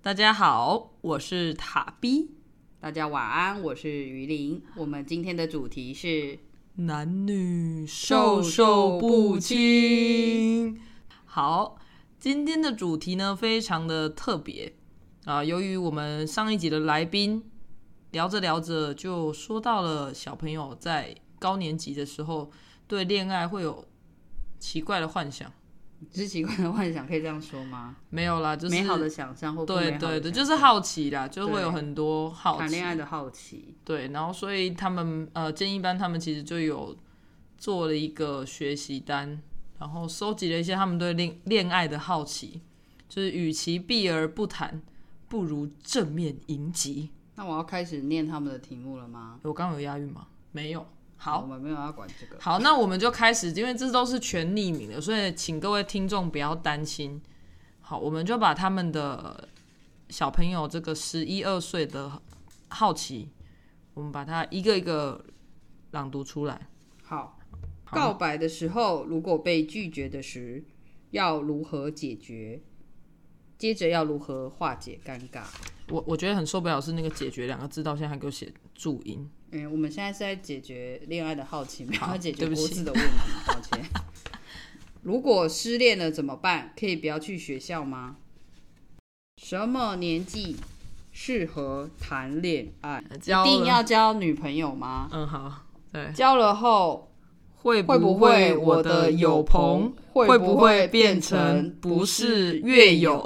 大家好，我是塔比。大家晚安，我是于林。我们今天的主题是男女授受不亲。好，今天的主题呢非常的特别啊，由于我们上一集的来宾聊着聊着就说到了小朋友在高年级的时候对恋爱会有奇怪的幻想，是奇怪的幻想，可以这样说吗？没有啦，就是美好的想象或不美对好的对对，想就是好奇啦，就对会有很多好奇谈恋爱的好奇。对，然后所以他们呃建议班他们其实就有做了一个学习单，然后收集了一些他们对恋恋爱的好奇，就是与其避而不谈，不如正面迎击。那我要开始念他们的题目了吗？我刚刚有押韵吗？没有。好我们没有要管这个。好，那我们就开始，因为这都是全匿名的，所以请各位听众不要担心。好，我们就把他们的小朋友这个十一二岁的好奇，我们把它一个一个朗读出来。好，告白的时候如果被拒绝的时，要如何解决？接着要如何化解尴尬？我我觉得很受不了是那个“解决”两个字，到现在还给我写注音。嗯，我们现在是在解决恋爱的好奇，没有好要解决对不国起字的问题，抱歉。 如果失恋了怎么办？可以不要去学校吗？什么年纪适合谈恋爱？呃交一定了要交女朋友吗？嗯，好，对，交了后会会不会我的友朋会不会变成不是是越友？？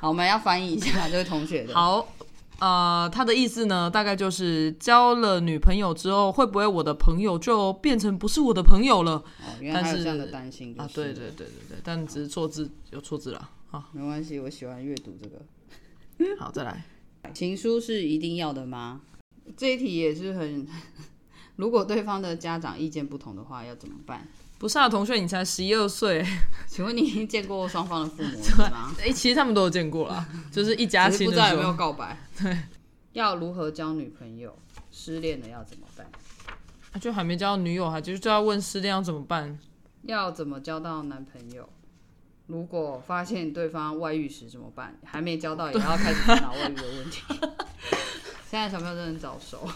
好，我们要翻译一下 这位同学的。哦好，呃，他的意思呢，大概就是交了女朋友之后，会不会我的朋友就变成不是我的朋友了哦，原来还有这样的但是担心、就是、啊？对对对对对，但只是错字有错字了。好，没关系，我喜欢阅读这个。好，再来。情书是一定要的吗？这一题也是很， 如果对方的家长意见不同的话，要怎么办？不是啊，同学，你才十一二 岁，请问你已经见过双方的父母 了吗？哎、其实他们都有见过啦，就是一家只是亲不的知时道候。有没有告 白。对，要如何交女朋友？失恋了要怎么办？啊就还没交女友，还就就要问失恋要怎么办？要怎么交到男朋友？如果发现对方外遇时怎么办？还没交到也要开始烦恼外遇的 问题。现在小朋友真的很早熟。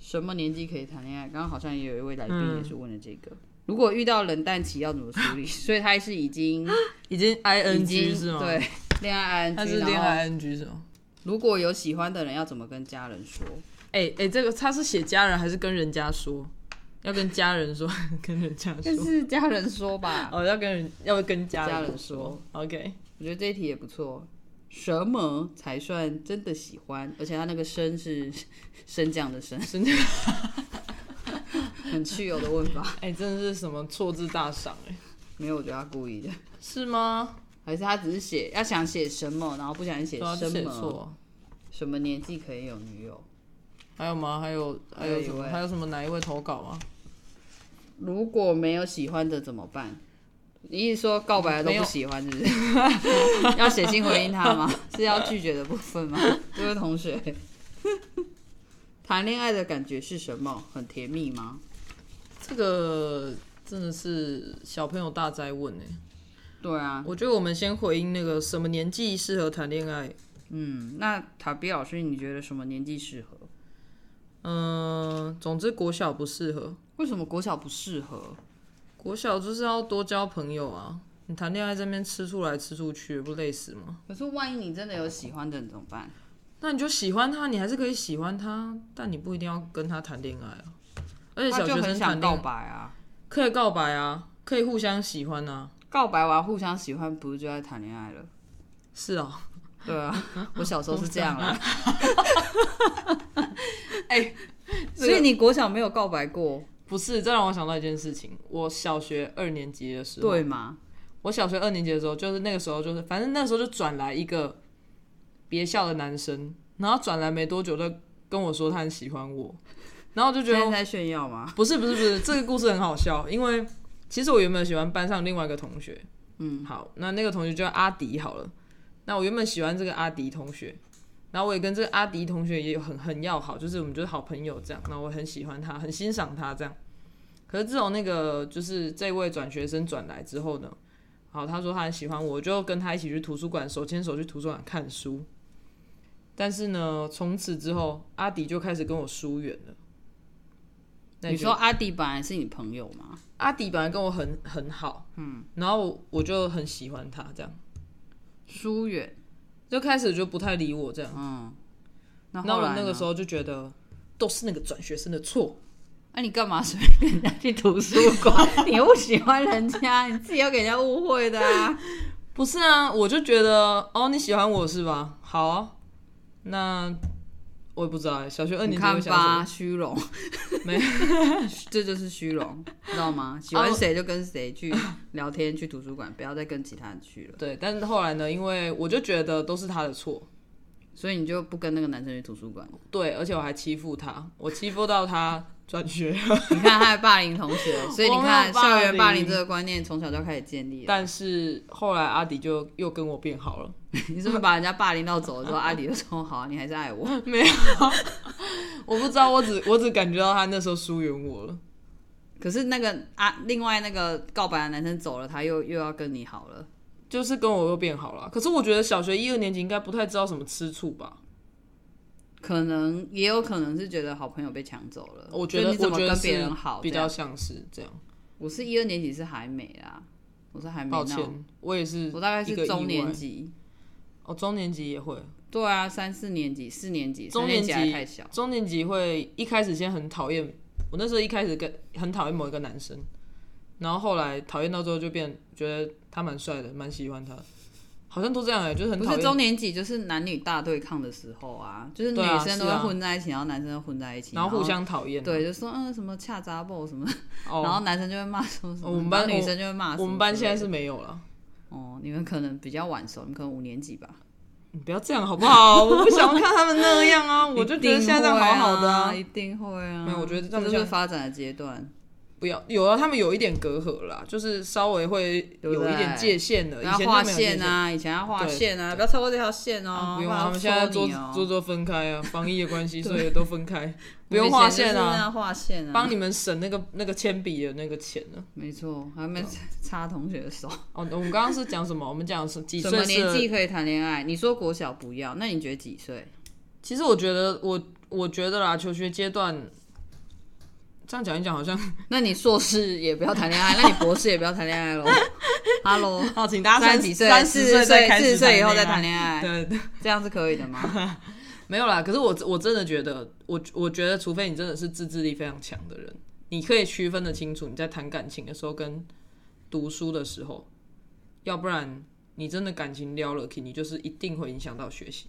什么年纪可以谈恋爱？刚刚好像也有一位来宾嗯也是问了这个。如果遇到冷淡期要怎么处理？ 所以他是已经已经已 ing 经是吗？，对恋爱 ING，他是恋然后爱 ing 是吗？如果有喜欢的人要怎么跟家人说？哎、哎、这个他是写家人还是跟人家说？要跟家人说，跟人家就说。是家人说吧。哦，要跟人要跟家家人人说。 OK， 我觉得这一题也不错。什么才算真的喜欢？而且他那个“升”是 升降的“升”， 升降很去油的问法。 哎、真的是什么错字大赏哎、没有，我觉得他故意的，是吗？还是他只是写要想写什么，然后不小心写对啊，就什写么？错。什么年纪可以有女友？还有吗？还有还有什还有一么？位还有什么哪一位投稿啊？如果没有喜欢的怎么办？你一说告白的没都有不喜欢，是不 是？要写信回应他 吗？是要拒绝的部分吗？这位同学，谈恋爱的感觉是什么？很甜蜜吗？这个真的是小朋友大灾问哎、对啊，我觉得我们先回应那个什么年纪适合谈恋爱？嗯，那塔比老师，你觉得什么年纪适合？嗯、总之国小不适合。为什么国小不适合？国小就是要多交朋友啊！你谈恋爱这边吃出来吃出去，不累死吗？可是万一你真的有喜欢的人怎么办？那你就喜欢他，你还是可以喜欢他，但你不一定要跟他谈恋爱啊。而且他小就学很生想谈告恋爱白啊，可以告白啊，可以互相喜欢啊。告白完互相喜欢，不是就在谈恋爱了？是啊，对啊，我小时候是这样啊。哎、 所以你国小没有告白过，不是，这让我想到一件事情。我小学二年级的时候，对吗？我小学二年级的时候，就是那个时候，就是反正那时候就转来一个别校的男生，然后转来没多久就跟我说他很喜欢我，然后我就觉现得在在炫耀吗？不是不是不是，这个故事很好笑，因为其实我原本喜欢班上另外一个同学，嗯，好，那那个同学就叫阿迪好了。那我原本喜欢这个阿迪同学，然后我也跟这个阿迪同学也有很很要好，就是我们就是好朋友这样。那我很喜欢他，很欣赏他这样。可是自从那个就是这位转学生转来之后呢，好，他说他很喜欢我，我就跟他一起去图书馆，手牵手去图书馆看书。但是呢，从此之后，阿迪就开始跟我疏远了。那你说阿迪本来是你朋友吗？阿迪本来跟我很很好，嗯，然后我我就很喜欢他，这样疏远，就开始就不太理我这样。嗯。那然后后我来那个呢时候就觉得都是那个转学生的错，那、啊你干嘛随便跟人家去图书 馆？你又不喜欢人家，你自己要给人家误会的啊！不是啊？我就觉得哦，你喜欢我是吧？好啊，那我也不知道欸，小学二你年级会想看什吧，么？虚荣， 没这就是虚荣，知道吗？喜哦欢谁就跟谁去聊天，去图书馆，不要再跟其他人去了。对，但是后来呢，因为我就觉得都是他的错，所以你就不跟那个男生去图书馆。对，而且我还欺负他，我欺负到他转 学，你看他还霸凌同学， 所以你我没看有霸凌校园霸凌这个观念从小就开始建立了。 但是后来阿迪就又跟我变好了。你是不是把人家霸凌到走了之后，阿迪就说好啊，你还是爱我。没有，我不知道，我只我只感觉到他那时候疏远我了。可是那个啊，另外那个告白的男生走了，他又又要跟你好了。就是跟我又变好了，可是我觉得小学一二年级应该不太知道什么吃醋吧？可能也有可能是觉得好朋友被抢走了，我觉呃就得你怎我么觉得跟是别人好比这样较像是这样。我是一二年级是还没啦，我是还没抱闹，歉，我也是，我大概是中年，级。哦，中年级也会，对啊，三四年级、四年级、中三年级还级太小，中年级会一开始先很讨厌，我那时候一开始跟很讨厌某一个男生，然后后来讨厌到之后就变觉得他蛮帅的，蛮喜欢他的，好像都这样哎、就是很不讨是厌。中年级就是男女大对抗的时候啊，就是女对啊生都是会啊混在一起，然后男生都混在一起，然后互相讨厌，啊对，就说嗯什么恰杂爆什么，哦， 然后男生就会骂说什么，我们班然后女生就会骂什么我们班现在之类是没有了。的哦，你们可能比较晚熟，你们可能五年级吧，你不要这样好不好？我不想看他们那样 啊！我就觉得现在这样好好的啊，啊，一定会啊，没有我觉得这这样就这是样发展的阶段。不要有啊，他们有一点隔阂啦，就是稍微会对不有对一点界限的，以要前就画没有界线限。啊，以前要画对线啊，不要超过这条线哦。不用不啊，然他我们现在抽桌你哦桌桌分开啊，防疫的关 系，所以都分开，不我用以画线前就是那啊，样画线啊，帮你们省那个那个铅笔的那个钱呢。没错，还没 插同学的手。 哦，我们刚刚是讲什么？我们讲是几什么岁年是？纪可以谈恋爱？你说国小不要，那你觉得几岁？其实我觉得，我我觉得啦，求学阶段，这样讲一讲好像那你硕士也不要谈恋爱，那你博士也不要谈恋爱喽。Hello，好，请 大哦三十几岁、三四十十再岁、开四始十岁以后再谈谈恋爱。爱，对，这样是可以的吗？没有啦，可是我我真的觉得，我我觉得，除非你真的是自制力非常强的人，你可以区分得清楚你在谈感情的时候跟读书的时候，要不然你真的感情撩了起，你就是一定会影响到学习。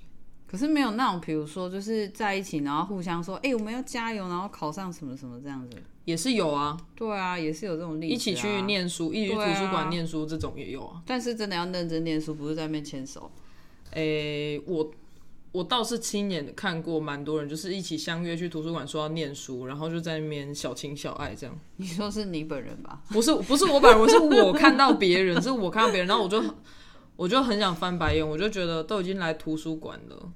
可是没有那种，比如说就是在一起，然后互相说，哎，我们要加油，然后考上什么什么这样子。也是有啊，对啊，也是有这种例子啊。一起去念书，一起去图对啊书馆念书，这种也有啊。但是真的要认真念书，不是在那边牵手。 诶、我我倒是亲眼看过蛮多人，就是一起相约去图书馆说要念书，然后就在那边小情小爱这样。你说是你本人吧？不是不是我本人，我是我看到别人，是我看到别人，然后我就我就很想翻白眼，我就觉得都已经来图书馆了，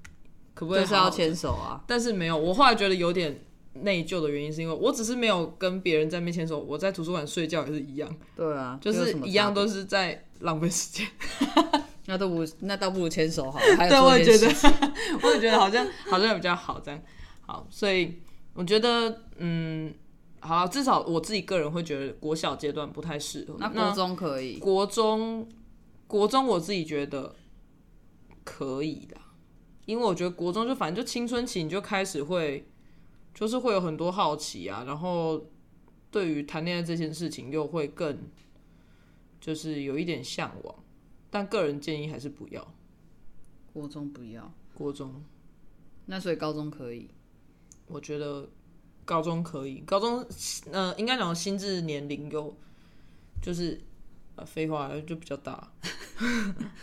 可不可以就是要好好？牵手啊。但是没有，我后来觉得有点内疚的原因，是因为我只是没有跟别人在面牵手，我在图书馆睡觉也是一样，对啊，就这有是什么一样差别都是在浪费时间。那都不那倒不如牵 手好了。还对，有做我一也件觉事得，我也觉得好像好像比较好这样。好，所以嗯我觉得，嗯，好啦，至少我自己个人会觉得国小阶段不太适合。那国中可以，国中，国中我自己觉得可以的，因为我觉得国中就反正就青春期，你就开始会，就是会有很多好奇啊，然后对于谈恋爱这件事情又会更，就是有一点向往，但个人建议还是不要国中不要。国中，那所以高中可以， 我觉得高中可以，高中呃应该讲心智年龄有，就是呃废话就比较大，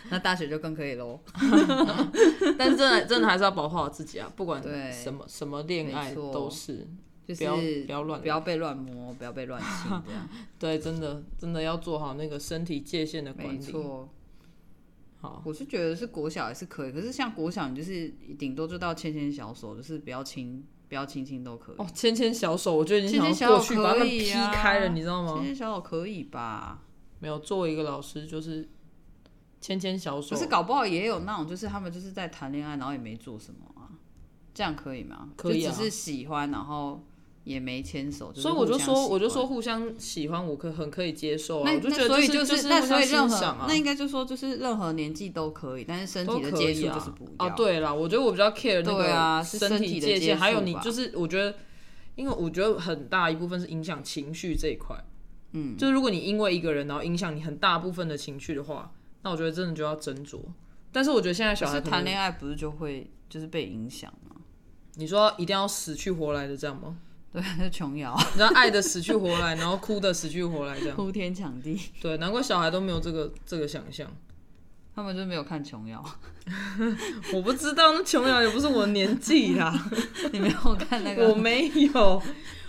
那大学就更可以喽。 但是真的真的还是要保护好自己啊，不管对什么什么恋爱没错都是，就不要是不要乱不要被乱摸，不要被乱亲，这 样对，真的真的要做好那个身体界限的管没理。错。好，我是觉得是国小也是可以，可是像国小你就是顶多就到牵牵小手，就是不要亲，不要亲亲都可以。哦，牵牵小手，我觉得已经牵牵想小要过手去把他可们以劈啊开了，你知道吗牵？牵小手可以吧？没有，作为一个老师，就是牵牵小可手啊是，搞不好也有那种，就是他们就是在谈恋爱，然后也没做什么啊，这样可以吗？可以啊就只是喜欢，然后也没牵手，所以我就就是互相喜说，欢我就说。互相喜欢，我可很可以接受啊，那我就觉那得所以就是是那互相所以任欣何赏啊那，应该就说就是任何年纪都可以，但是身都体的可接以触啊就是不要。啊。对啦，我觉得我比较 care 那对啊个是身身体体的界接限，触还有你吧就是我觉得，因为我觉得很大一部分是影响情绪这一块。嗯，就是如果你因为一个人，然后影响你很大部分的情绪的话，那我觉得真的就要斟酌。但是我觉得现在小可孩是可谈能恋爱不是就会就是被影响 吗？你说一定要死去活来的这样吗？ 对，就琼瑶你知道爱的死去活来，然后哭的死去活来这样。 哭天抢地，对，难怪小孩都没有这个这个想象。他们就没有看琼瑶， 我不知道，那琼瑶也不是我年纪啦， 你没有看那我个《没有，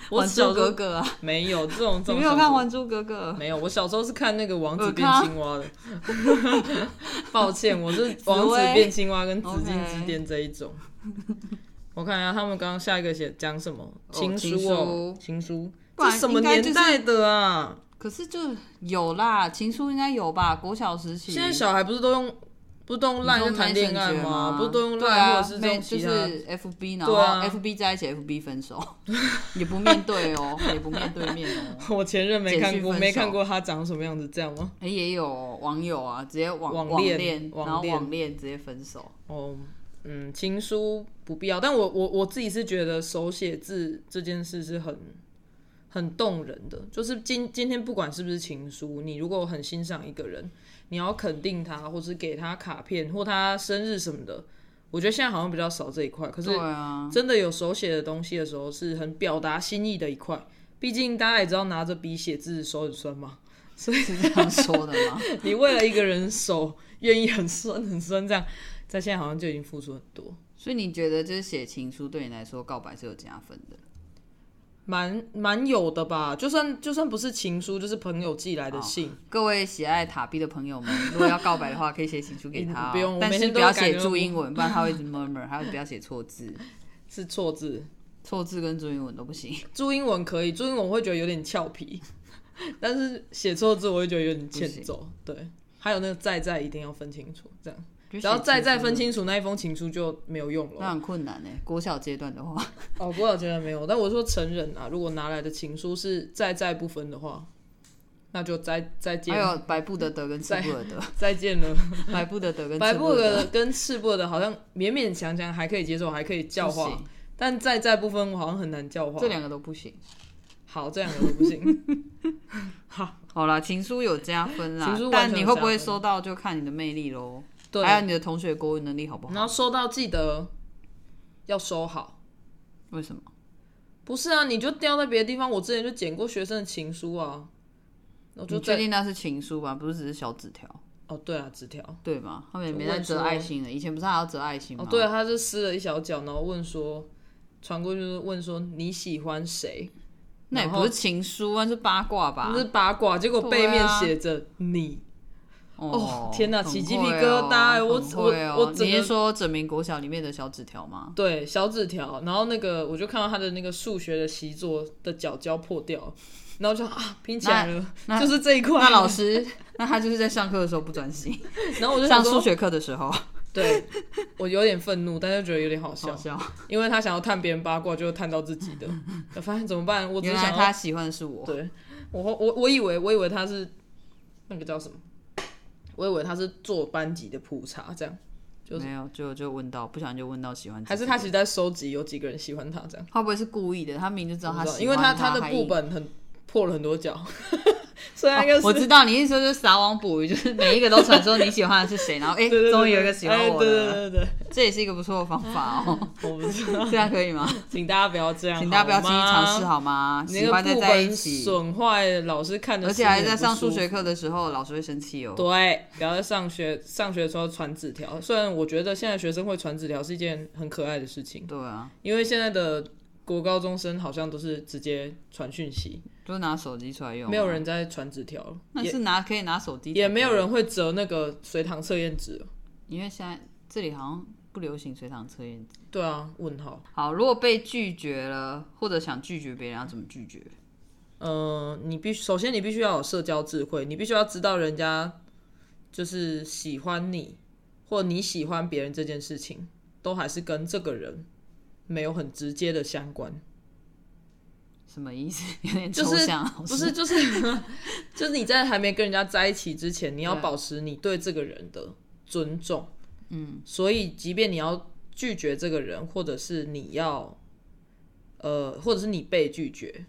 我还小珠时候格格》啊？没有这种这你种。没有看《还？珠格格》？没有，我小时候是看那个《王子我变看青蛙》 的。抱歉，我是《王子变青蛙》跟《紫禁之巅》这一种。我看一下他们刚刚下一个写讲什么哦情书哦，情书，不这然什么应该年就是嗯代的啊？可是就有啦，情书应该有吧？国小时期，现在小孩不是都用不是都用你烂说在谈恋爱 Messenger 吗？不是都用对烂、啊，或者是这种就其他？是 FB，然后对啊 FB 在一起，FB 分手， 也不面对哦，也不面对面哦。 我前任没看简讯过，分手没看过他长什么样子，这样吗？哎，也有网友啊，直接网网网恋网然后恋网恋直接分手。哦，嗯，情书不必要，但我我我自己是觉得手写字这件事是很很动人的，就是今今天不管是不是情书，你如果很欣赏一个人，你要肯定他，或是给他卡片或他生日什么的，我觉得现在好像比较少这一块，可是对啊，真的有手写的东西的时候，是很表达心意的一块。毕竟大家也知道，拿着笔写字手很酸嘛。 是这样说的吗？ 你为了一个人手愿意很酸很酸这样，在现在好像就已经付出很多，所以你觉得就是写情书对你来说告白是有加分的？蛮蛮有的吧。就算就算不是情书，就是朋友寄哦来的信，各位喜爱塔比的朋友们，如果要告白的话，可以写情书给他、哦， 不用我但每是天不都要要改写那个注英文，不然他会 一直 murmur，还有不要写错字，是错字。错字跟注英文都不行。注英文可以，注英文我会觉得有点俏皮， 但是写错字我会觉得有点欠不行揍。对，还有那个在在一定要分清楚，这样只只要在在分，清楚那一封情书就没有用了。那很困难呢。国小阶段 的话，哦，国小阶段没有，但我说成人啊，如果拿来的情书是再再不分的话，那就再再还见有白布的德跟赤布的德，再见了。 白布的德跟白赤布布的的跟赤布的好像勉勉强强还可以接受，还可以教德不化，行，但再再不分我好像很难教化这。两个都不行。好，这两个都不行。好啦，情书有加分 啦情书，完但全你有会不加会分收到就看你的魅力喽，对，还有你的同学国文能力好不 好？然后收到记得要收好。为什么？不是啊，你就掉在别的地方。我之前就捡过学生的情书啊，我就你确在定那是情书吧？不是只是小纸条，哦，对啊，纸条。对吗？他们也没我在问折说爱心了，以前不是还要折爱心吗？哦，对、啊，他就撕了一小角，然后问说，传过去就是问说你喜欢谁？那也然后不是情书啊，是八卦吧啊不？是八卦，结果背面写着你。哦天哪很起鸡会皮疙瘩哎哦我很我会哦我整你是个说整名国小里面的小纸条吗？对，小纸条，然后那个我就看到他的那个数学的习作的角胶破掉了，然后就啊拼起来了，那就是这一块。那老师，那他就是在上课的时候不专心，然 后我就想上数说，学课的时候，对我有点愤怒，但是觉得有点好笑，好 笑。因为他想要探别人八卦，就探到自己 的，我发现怎么办？我只原是来想要，他喜欢的是我，对我我我以为我以为他是那个叫什么，我以为他是做班级的普查这样，就是没有就就问到，不小心就问到喜欢自己还的，是他其实在收集有几个人喜欢他这样。会不会是故意的？他明明就知道他不知道喜欢因为他他的还部本很破了很多角， 所以他应该哦是、我知道你意思说就是撒网捕鱼，就是每一个都传说你喜欢的是 谁，然后对哎，对对终于有一个喜欢哎我对的，对对这也是一个不错的方法哦。对，我不知道，这样可以 吗？请大家不要这样，请大家不要轻易尝试好吗。好吗？你喜那欢个再部在一本起，损坏，老师看的，而且还在上数学。课的时候，老师会生气哦。对，不要在上学上学的时候传纸条。虽然我觉得现在学生会传纸条是一件很可爱的事情，对啊，因为现在的国高中生好像都是直接传讯息，就拿手机出来用啊。没有人在传纸条了，那也是拿可以拿手机，也没有，人会折那个随堂测验纸了。因为现在这里好像不流行随堂测验。对啊，问号。好，如果被拒绝了，或者想拒绝别人，要怎么拒绝？呃嗯，你必须首先你必须要有社交智慧，你必须要知道人家就是喜欢你或你喜欢别人这件事情，都还是跟这个人没有很直接的相关。什么意 思？有点就抽是啊象，不是就是 就是你在还没跟人家在一起之前，你要对保持你对这个人的尊重。嗯，所以即便你要拒绝这个人，或者是你要呃，或者是你被拒绝，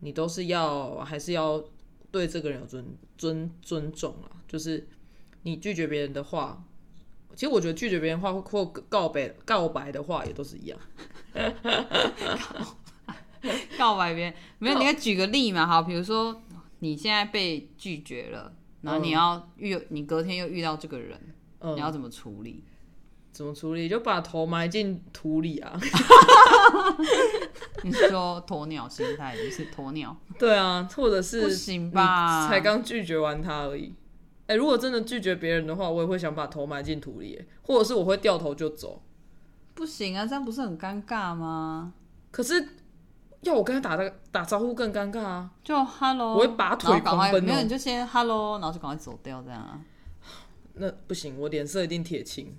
你都是要还是要对这个人有尊尊尊重啊。就是你拒绝别人的话，其实我觉得拒绝别人的话或或告白告白的话也都是一样。告白别人，没有，你可以举个例嘛？好，比如说你现在被拒绝了，然后你要遇，你隔天又遇到这个人，嗯你要怎么处理？ 怎么处理？就把头埋进土里啊。你是说鸵鸟心态，就是鸵鸟，对啊，或者是不行吧你才刚拒绝完他而已。哎、如果真的拒绝别人的话，我也会想把头埋进土里，哎或者是我会掉头就走。不行啊，这样不是很尴尬吗？可是要我跟他打个打招呼更尴尬啊！就 hello，我会拔腿然后赶快狂奔哦没有你就先 hello，然后就赶快走掉这样啊。那不行，我脸色一定铁青，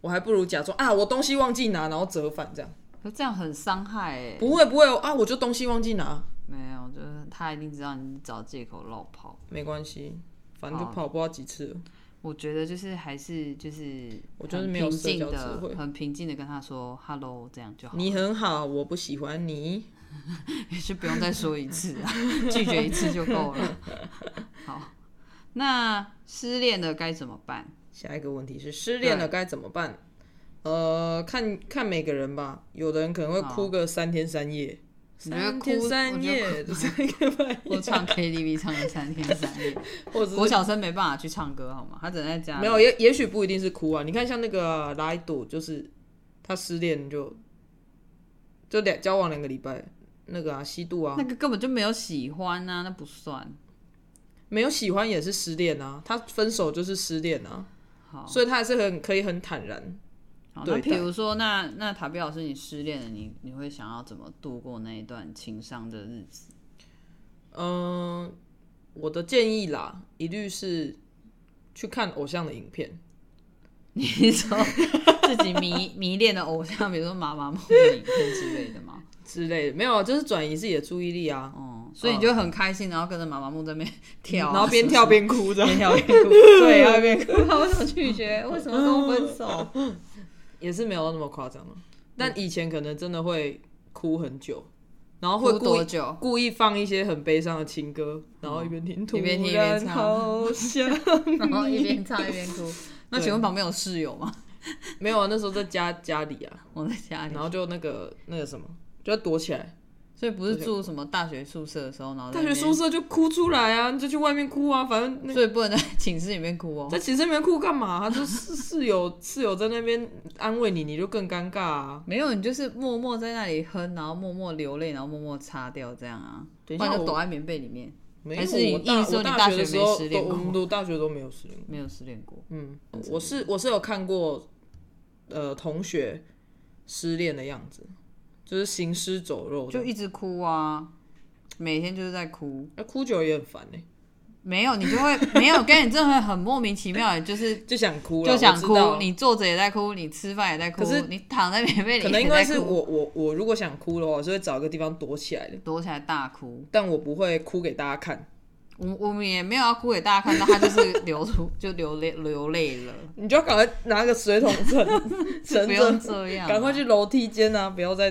我还不如假装啊，我东西忘记拿，然后折返这样。可这样很伤害哎、不会不会啊，我就东西忘记拿，没有，就是他一定知道你找借口绕跑。没关系，反正就好跑不知道几次了。我觉得就是还是就是，我就是没有平社静交智的慧，很平静的跟他说 hello，这样就 好，你很好，我不喜欢你。也是不用再说一次 啊，拒绝一次就够了。好，那失恋了该怎么办？下一个问题是失恋了该怎么办？呃，看看每个人吧，有的人可能会哭个三天三夜，你觉得三哭天三夜， 三个半我夜，唱 KTV 唱了三天三 夜，或者国小生没办法去唱歌好吗？他只能在家里没有，也也许不一定是哭啊。你看像那个啊拉一朵，就是他失恋就就两交往两个礼拜，那个啊西渡啊那，个根本就没有喜欢啊，那不算。没有喜欢也是失恋啊，他分手就是失恋啊，好，所以他还是很可以很坦然。好对哦那待比如说，那那塔比老师，你失恋了，你你会想要怎么度过那一段情伤的日子？嗯，我的建议啦，一律是去看偶像的影片。你说自己迷迷恋的偶像，比如说妈妈梦的影片之类的吗？之类的，没有，啊就是转移自己的注意力啊，哦、所以你就很开心，然后跟着妈妈梦在那边跳啊、嗯然后 边跳边哭这边样，跳边哭，对，对然后啊，边 边哭，为什么拒绝？为什么跟我分手？也是没有那么夸张了。但以前可能真的会哭很久，然后会哭故意多久哦故意放一些很悲伤的情歌，然后一边听，一边听 一突边然唱好想 然后一边唱一边哭。那请问旁边有室友吗？ 没有啊，那时候在家家里啊，我在家里然，后就那个那个什么，就要躲起来。所以不是住什么大学宿舍的时候，然后在大那学边宿，舍就哭出来啊，你就去外面哭啊，反正那所以不能在 寝室里面哭哦。在寝室里面哭干嘛、就室室友室友在那边安慰你，你就更尴尬啊。没有，你就是默默在那里哼，然后默默流泪，然后默默擦掉这样啊。等一不下然就我躲在棉被里面，没还有，是你我意大思我说你大大学的学时没候失都恋我过们读大学都没有失恋过。没有失恋过。嗯，我是我是有看过，呃，同学失恋的样子，就是行尸走肉的，就一直哭啊，每天就是在哭。那哭久了也很烦欸呢、没有，你就会没有，跟你真的会很莫名其妙，欸就是就想哭了，就想我知哭道。。你坐着也在哭，你吃饭也在哭可是，你躺在棉被里可也在哭，能因为是我我我如果想哭的话，我是会找一个地方躲起来的，躲起来大哭。但我不会哭给大家看。我我们也没有要哭给大家看到，他就是流出就流泪流泪了，你就要赶快拿个水桶 盛盛不用着，这样啊，赶快去楼梯间啊！不要再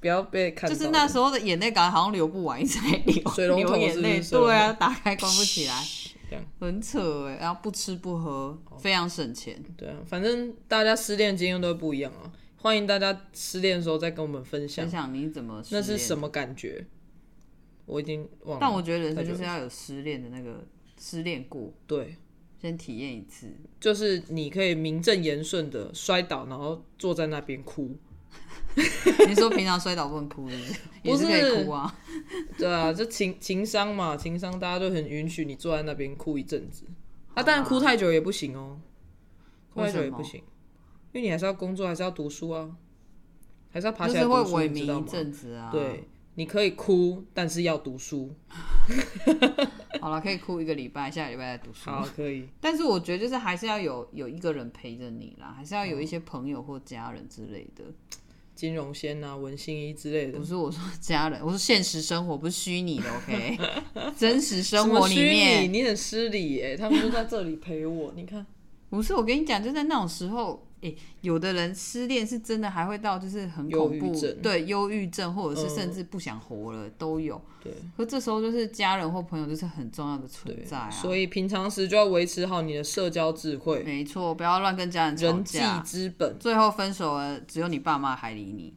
不要被看就到。是那时候的眼泪感觉好像流不完，一直在流， 水龙头流眼是泪，不是水龙头对啊，打开关不起来，这样哦很扯哎、然后不吃不喝，非常省钱。对啊，反正大家失恋经验都不一样啊。欢迎大家失恋的时候再跟我们分享分，享你怎么失那是恋什么感觉？我已经忘了。但我觉得人太久生就是了要有失恋的那个失恋过，对，先体验一 次。就是你可以名正言顺的摔倒，然后坐在那边哭。 你说平常摔倒不能哭是不是，也不是可以哭啊。对啊，就情情商嘛，情商大家都很允许你坐在那边哭一阵子。啊，当然哭太久也不行哦，哭太久也不行，因为你还是要工作，还是要读书啊，还是要爬就起来是读会书，萎你知道靡一吗？阵子啊。，对，你可以哭，但是要读书。好了，可以哭一个礼拜，下个礼拜再读书。好，可以。但是我觉得就是还是要有有一个人陪着你啦，还是要嗯有一些朋友或家人之类的。金融仙啊，文心一之类的不，是我说家人，我说现实生活，不是虚拟的，OK？真 实什生么活里虚拟？面，你很失礼耶、 他们就在这里陪我，你看，不是我跟你讲，就在那种时候，诶、有的人失恋是真的还会到就是很忧恐郁怖症，对，忧郁症或者是嗯甚至不想活了、都有。对可这时候就是家人或朋友就是很重要的存对在啊。所以平常时就要维持好你的社交智慧、没错，不要乱跟家人吵人际架。资本，最后分手了，只有你爸妈还理你，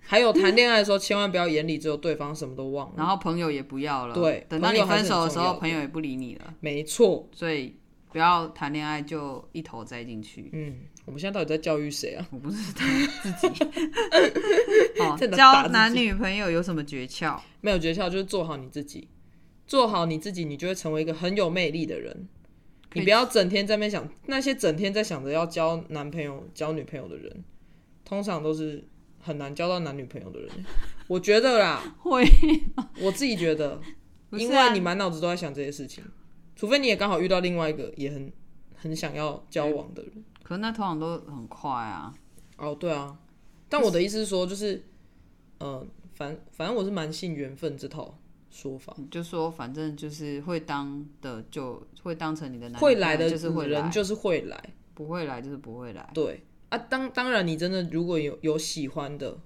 还有谈恋爱的时候，千万不要眼里只有对方，什么都忘了。 然后朋友也不要了。对等到朋你友还是分手的时很重候，要的朋友也不理你了。没错，所以不要谈恋爱就一头栽 进去。嗯，我们现在到底在教育谁啊？我不知道自己。好，真的打哦交自己男女朋友有什么诀窍？没有诀窍，就是做好你自己，做好你自己，你就会成为一个很有魅力的人。可以你不要整天在那边想那些整天在想着要交男朋友、交女朋友的人，通常都是很难交到男女朋友的 人。我觉得啦，会，我自己觉得，不是因啊为你满脑子都在想这些事情，除非你也刚好遇到另外一个也很很想要交往的人。可是那通常都很快啊。哦，对啊，但我的意思是说，就是，呃，反反正我是蛮信缘分这套说法，你就说反正就是会当的就会当成你的男女朋会友来的就是会人来，就是会来，不会来就是不会来。对啊，当当然你真的如果有有喜欢的，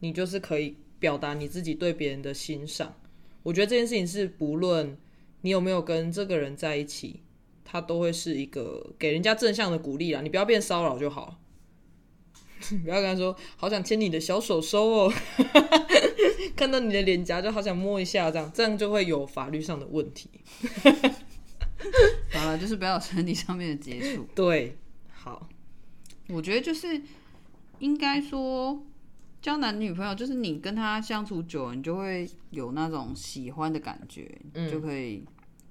你就是可以表达你自己对别人的欣赏，我觉得这件事情是不论你有没有跟这个人在一起，他都会是一个给人家正向的鼓励啦，你不要变骚扰就好。 不要跟他说，好想牵你的小手手哦， 看到你的脸颊就好想摸一下，这样这样就会有法律上的问题。好了，就是不要有身体上面的接触。对，好，我觉得就是应该说交男女朋友，就是你跟他相处久了，你就会有那种喜欢的感觉，就可以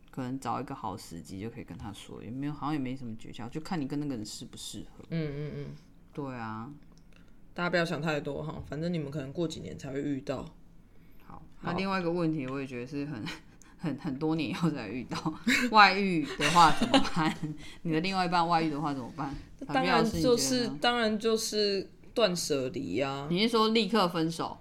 可能找一个好时机就可以跟他说，也没有好像也没什么诀窍，就看你跟那个人适不适合。嗯嗯嗯，对啊，大家不要想太多哈，反正你们可能过几年才会遇到。好，那另外一个问题，我也觉得是很。很很多年以后才遇到外遇的话怎么办？ 你的另外一半外遇的话怎么办？当然唐妙老师就你觉是得呢，当然就是断舍离呀、你是说立刻分手？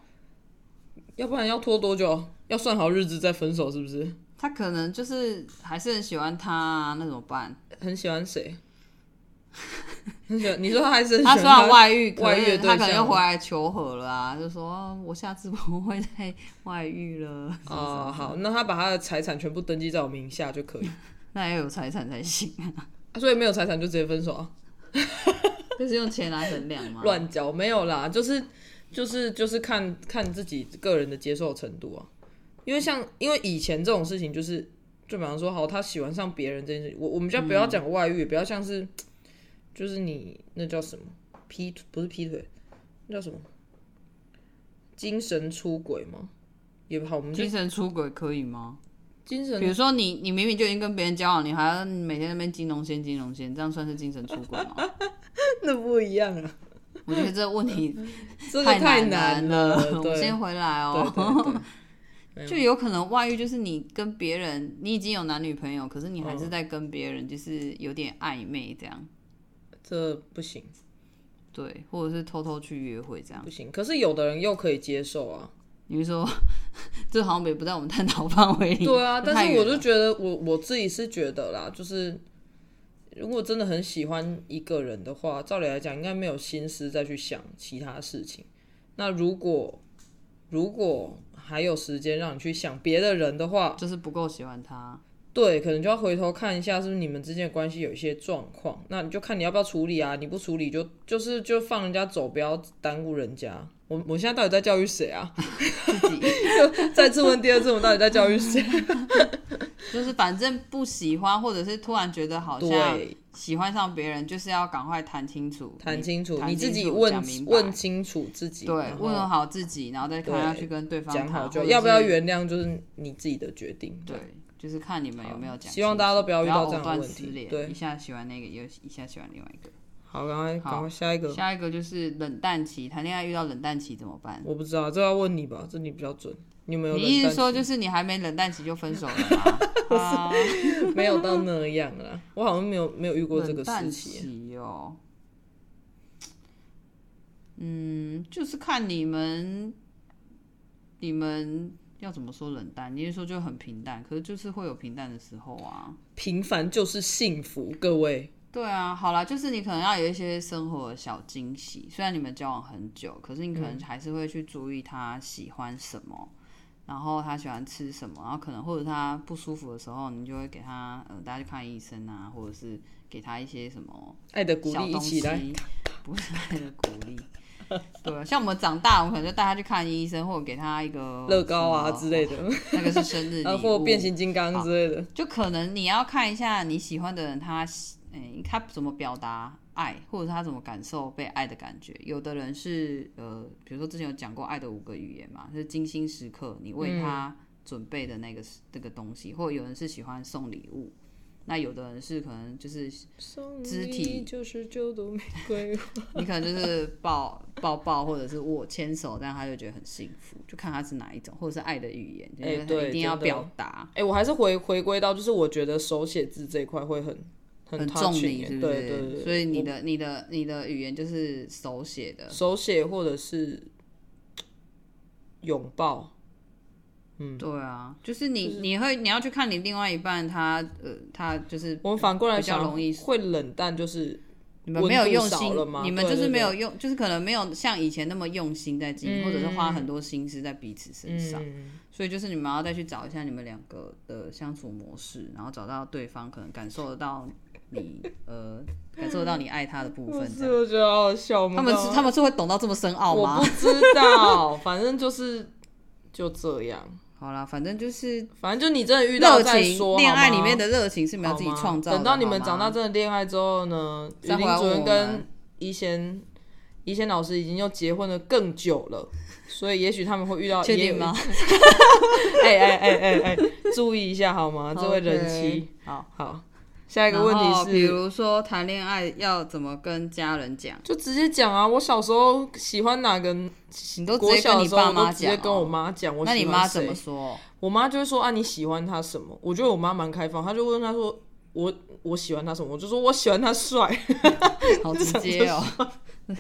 要不然要拖多久？要算好日子再分手，是不是？他可能就是还是很喜欢他、啊，那怎么办？很喜欢谁？ 很喜欢？你说他还是很喜他欢虽然外遇，可外遇是的对象他可能又回来求和了啊，就说哦我下次不会再外遇了。 什么什哦，么好，那他把他的财产全部登记在我名下就可以，那要有财产才行啊，啊所以没有财产就直接分手啊？就是用钱来衡量嘛。乱交没有啦，就是就是就是看看自己个人的接受程度啊。因为像因为以前这种事情，就是就比方说，好，他喜欢上别人这件事，我我们就不要讲外遇，不要像是就是你那叫什么劈腿，不是劈腿，那叫什么精神出轨吗？也好，我们就 精神出轨可以吗？精神比如说你，你明明就已经跟别人交往，你还要每天在那边金融仙金融仙，这样算是精神出轨吗？ 那不一样啊，我觉得这个问题这个太难了，我对们先回来对哦。对 对就有可能外遇，就是你跟别人，你已经有男女朋友，可是你还哦是在跟别人，就是有点暧昧这样，这不行对，或者是偷偷去约会这样。不行，可是有的人又可以接受啊，你是说 这好像也不在我们探讨范围 里？对啊，这但太是远我了就觉得我我自己是觉得啦，就是如果真的很喜欢一个人的话，照理来讲应该没有心思再去想其他事情。那如果如果还有时间让你去想别的人的话，就是不够喜欢他。对，可能就要回头看一下是不是你们之间的关系有一些状况。那你就看你要不要处理啊，你不处理就就是就放人家走，不要耽误人家。我 我现在到底在教育谁啊？ 自己再次问第二次，我到底在教育谁？啊就是反正不喜欢，或者是突然觉得好像对。喜欢上别人，就是要赶快谈清楚，谈清楚，谈你自己讲问明白问清楚自己，对，然后问好自己，然后再看对要去跟对方讲好谈，或就者要不要是原谅，就是你自己的决定。对，就是看你们有没有讲。希望大家都不不要遇到这藕样的断问丝题连对一下喜欢那个，又一下喜欢另外一个。好，赶快好赶快下一个，下一个就是冷淡期，谈恋爱遇到冷淡期怎么办？我不知道，这要问你吧，这你比较准。你有没有你冷淡期？意思说就是你还没冷淡期就分手了 吗？啊，没有到那样啦？我好像没有没有遇过这啊冷个淡时期。期哦。嗯，就是看你们，你们要怎么说冷淡？你是说就很平淡，可是就是会有平淡的时候啊。平凡就是幸福，各位。对啊，好啦，就是你可能要有一些生活的小惊喜。虽然你们交往很久，可是你可嗯能还是会去注意他喜欢什么，然后他喜欢吃什么，然后可能或者他不舒服的时候，你就会给他呃带他去看医生啊，或者是给他一些什么爱的鼓小励一东起西哦来，，不是爱的鼓励。对啊，像我们长大，我们可能就带他去看医生，或者给他一个乐高啊什么之类的，那个是生 日礼然物，后变形金刚之类的。就可能你要看一下你喜欢的人他，诶、他怎么表达爱，或者他怎么感受被爱的感觉。有的人是呃，比如说之前有讲过爱的五个语言嘛，就是精心时刻你为他准备的那个、那个东西，或者有人是喜欢送礼物，那有的人是可能就是肢体九十九朵玫瑰。你可能就是抱抱抱，或者是握牵手，这样他就觉得很幸福。就看他是哪一种，或者是爱的语言，哎就是他对一定要真的表达。哎、我还是回回归到，就是我觉得手写字这一块会很很很 touching，重你，哎是不是？对对对，所以你我的、你的、你的语言就是手写的，手写或者是拥抱，嗯对啊，就是你、你会你要去看你另外一半他，呃，他就是我们反过来想，比较容易会冷淡，就是你们没有用温度心少了吗，你们对就是对没有对用，就是可能没有像以前那么用心在经营，或者是花很多心思在彼此身上，嗯所以就是你们要再去找一下你们两个的相处模式，然后找到对方可能感受得到你呃感受得到你爱他的部分这是样。我觉得好好 笑，我他们刚是刚他们是会懂到这么深奥吗？我不知道，反正就是就这样，好啦，反正就是反正就你真的遇到热再情，说，恋爱好吗里面的热情是你们要好自己吗创造的。等到你们好吗长大真的恋爱之后呢，雨再回林来主问任我跟们怡贤怡贤老师已经又结婚了更久 了，所以也许他们会遇到确定吗？？也有 哎哎哎哎哎，注意一下好吗？这位人 OK，妻，好。好，下一个然问后题比是。如说谈恋爱要怎么跟家人讲？就直接讲啊！我小时候喜欢哪个，你都直国接跟小的你时候爸我都妈直接讲、跟我哦。妈讲，我那你喜欢妈怎谁么说？我妈就会说啊，你喜欢他什么？我觉得我妈蛮开放，她就问她说我我喜欢他什么？我就说我喜欢他帅。好直接哦，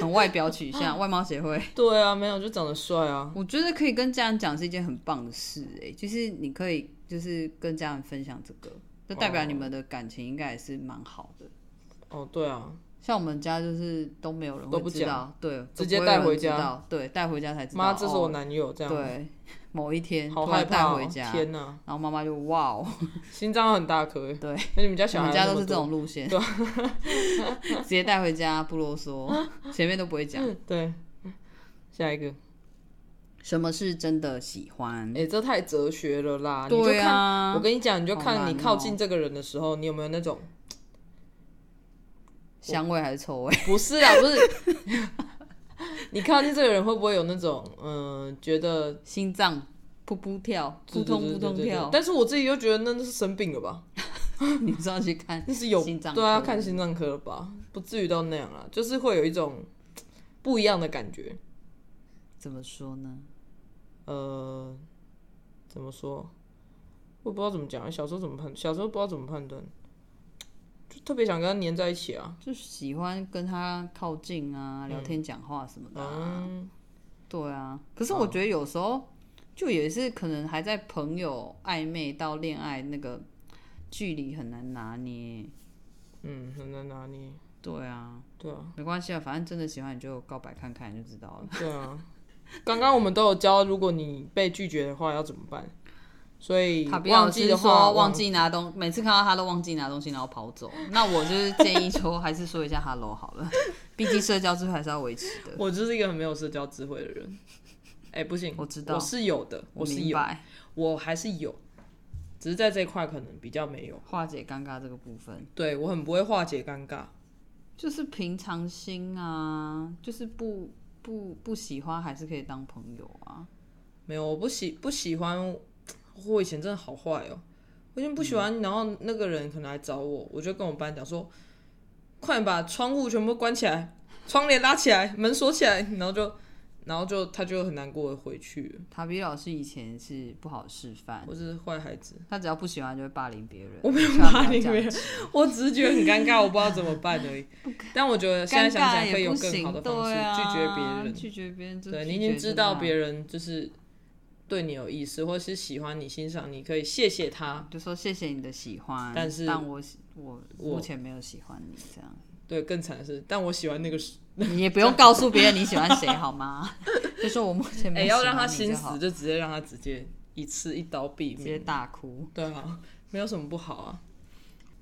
很外表取向，外貌协会。对啊，没有就长得帅啊。我觉得可以跟家人讲是一件很棒的事、欸，就是你可以就是跟家人分享这个，就代表哦你们的感情应该也是蛮好的。哦，对啊，像我们家就是都没有人都会不知道，对，都直接不会有带回人知家道，对，带回家才知道。妈，这是我哦男友这样。，对，某一天好突害然带怕、回哦！家，天哪，然后妈妈就哇 哦，心脏很大颗。对，那你们家我小孩们家那都么是这多种路线， 直接带回家不啰嗦，前面都不会讲对。下一个，嗯什么是真的喜欢哎、。这太哲学了啦！你就对看，啊我，跟你讲，你就好看难你靠哦近这个人的时候，你有没有那种香味还是臭味？不是啊，不是， 你靠近这个人会不会有那种嗯、呃觉得心脏噗噗跳， 扑对通对扑对通对对跳。但是我自己又觉得那那是生病了吧？ 你知道去看那是有心脏对啊，科看心脏科了吧？不至于到那样啊，就是会有一种不一样的感觉。怎么说呢？呃，怎么说？我也不知道怎么讲，啊小时候怎么判，小时候不知道怎么判断，就特别想跟他黏在一起啊。就是喜欢跟他靠近啊，聊天、讲话什么的啊。嗯，对啊，可是我觉得有时候就也是可能还在朋友暧昧到恋爱那个距离很难拿捏。嗯，很难拿捏。对啊，对啊，没关系啊，反正真的喜欢你就告白看看你就知道了。对啊。刚刚我们都有教，如果你被拒绝的话要怎么办，所以塔比啊忘老记师的话说忘记拿东，每次看到他都忘记拿东西，然后跑走。那我就是建议说，还是说一下 hello 好了， 毕竟社交智慧还是要维持的。我就是一个很没有社交智慧的人。哎、不行，我知道我是有的，我是明有，白我还是有，只是在这一块可能比较没有。化解尴尬这个部分，对我很不会化解尴尬，就是平常心啊，就是不不不喜欢还是可以当朋友啊。没有，我不喜不喜欢，我以前真的好坏哦，我以前不喜欢，然后那个人可能来找我，我就跟我们班讲说，快点把窗户全部关起来，窗帘拉起来，门锁起来，然后就然后就他就很难过的回去了，塔比老师以前是不好示范，我是坏孩子，他只要不喜欢就会霸凌别人。我没有千万不霸要凌这样别人子，我只是觉得很尴尬，我不知道怎么办 而已。但我觉得现在想尴想尬可以也有不更行，好的方式对啊，拒绝别人，拒绝别人就对拒你已经绝知真道的啊别人就是对你有意思，或是喜欢你、欣赏你，可以谢谢他。就说谢谢你的喜欢，但是但我喜我我目前没有喜欢你这样，对，更惨的是，但我喜欢那个是，你也不 用告诉别人你喜欢谁好吗？ 就说我目前哎、没有喜欢你就好、要让他心死，就直接让他直接一次一刀毙直接命。大哭。对啊，没有什么不好啊。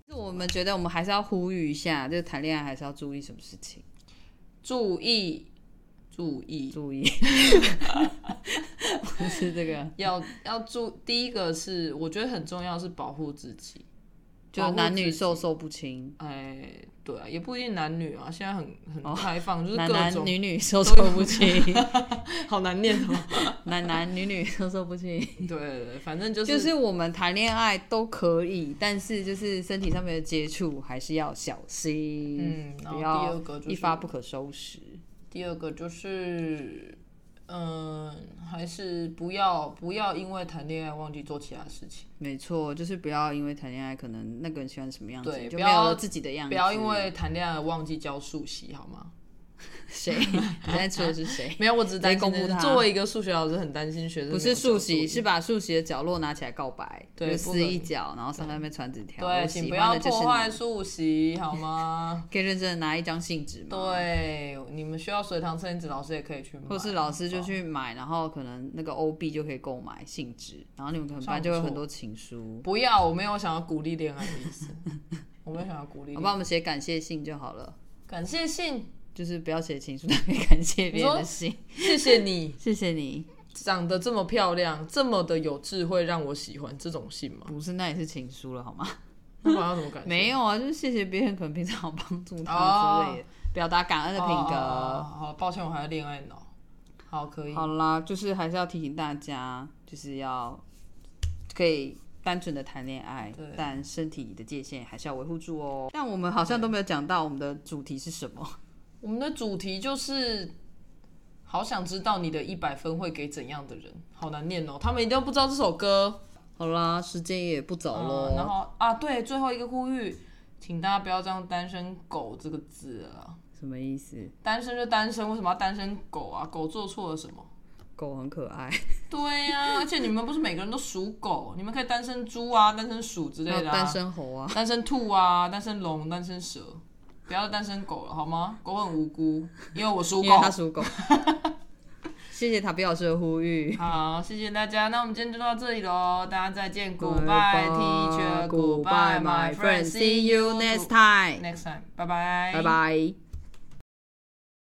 就我们觉得我们还是要呼吁一下，就谈恋爱还是要注意什么事情？注意，注意，注意， 不是这个，要要注。第一个是我觉得很重要是保护自己。就男女授受不亲，哎，对啊，也不一定男女啊，现在很很开放，就是各男种男女 女授受不亲，好难念 哦。男男女女授受不亲。对对对，反正就是、就是我们谈恋爱都可以，但是就是身体上面的接触还是要小心，嗯然后不第要二个就是一发不可收拾。第二个就是，嗯，还是不要不要因为谈恋爱忘记做其他事情，没错，就是不要因为谈恋爱，可能那个人喜欢什么样子，对你不就没要有了自己的样子。不要因为谈恋爱忘记教数习，好吗？谁，你在说的是 谁？没有，我只是担心直接公布的是他作为一个数学老师，很担心学生不没是有竖交作业起，是把竖起的角落拿起来告白，对就不可撕能一角，然后上面传纸条。对，我请喜不欢要的就是破坏你，啊数习，好 吗？可以认真的拿一张信纸嘛。。对，你们需要水塘圣子老师也可以去买，或是老师就好不好去买，然后可能那个 OB 就可以购买信纸，然后你们可能班就会有很多情书。不要，我没有想要鼓励恋爱的意思，我没有想要鼓励好。吧，我们写感谢信就好了，感谢信，就是不要写情书，但可以感谢别人的信。谢谢你谢谢你，长得这么漂亮，这么的有智慧，让我喜欢这种信吗？不是那也是情书了好吗？那我要怎么感谢？没有有啊，就是谢谢别人，可能平常有帮助他哦之类的，表达感恩的品格。好，抱歉，我还在恋爱脑。好，可以。好啦，就是还是要提醒大家，就是要可以单纯的谈恋爱对，但身体的界限还是要维护住哦。但我们好像都没有讲到我们的主题是什么。我们的主题就是，好想知道你的一百分会给怎样的人。好难念哦，他们一定不知道这首歌。好啦，时间也不早喽、嗯然后啊，对，最后一个呼吁，请大家不要这样“单身狗”这个字了。什么意思？单身就单身，为什么要单身狗啊？狗做错了什么？狗很可爱，对呀、而且你们不是每个人都属狗，你们可以单身猪啊、单身鼠之类还有的、啊。单身猴啊，单身兔啊，单身龙，单身蛇，不要再单身狗了好吗？狗很无辜，因为我属因为狗。它属狗。 谢谢塔比老师的呼 吁，好，谢谢大家，那我们今天就到这里喽，大家再见拜，Goodbye 拜 teacher，Goodbye my Goodbye my friend，see friend，see you you next next time， next time，拜拜，拜。拜。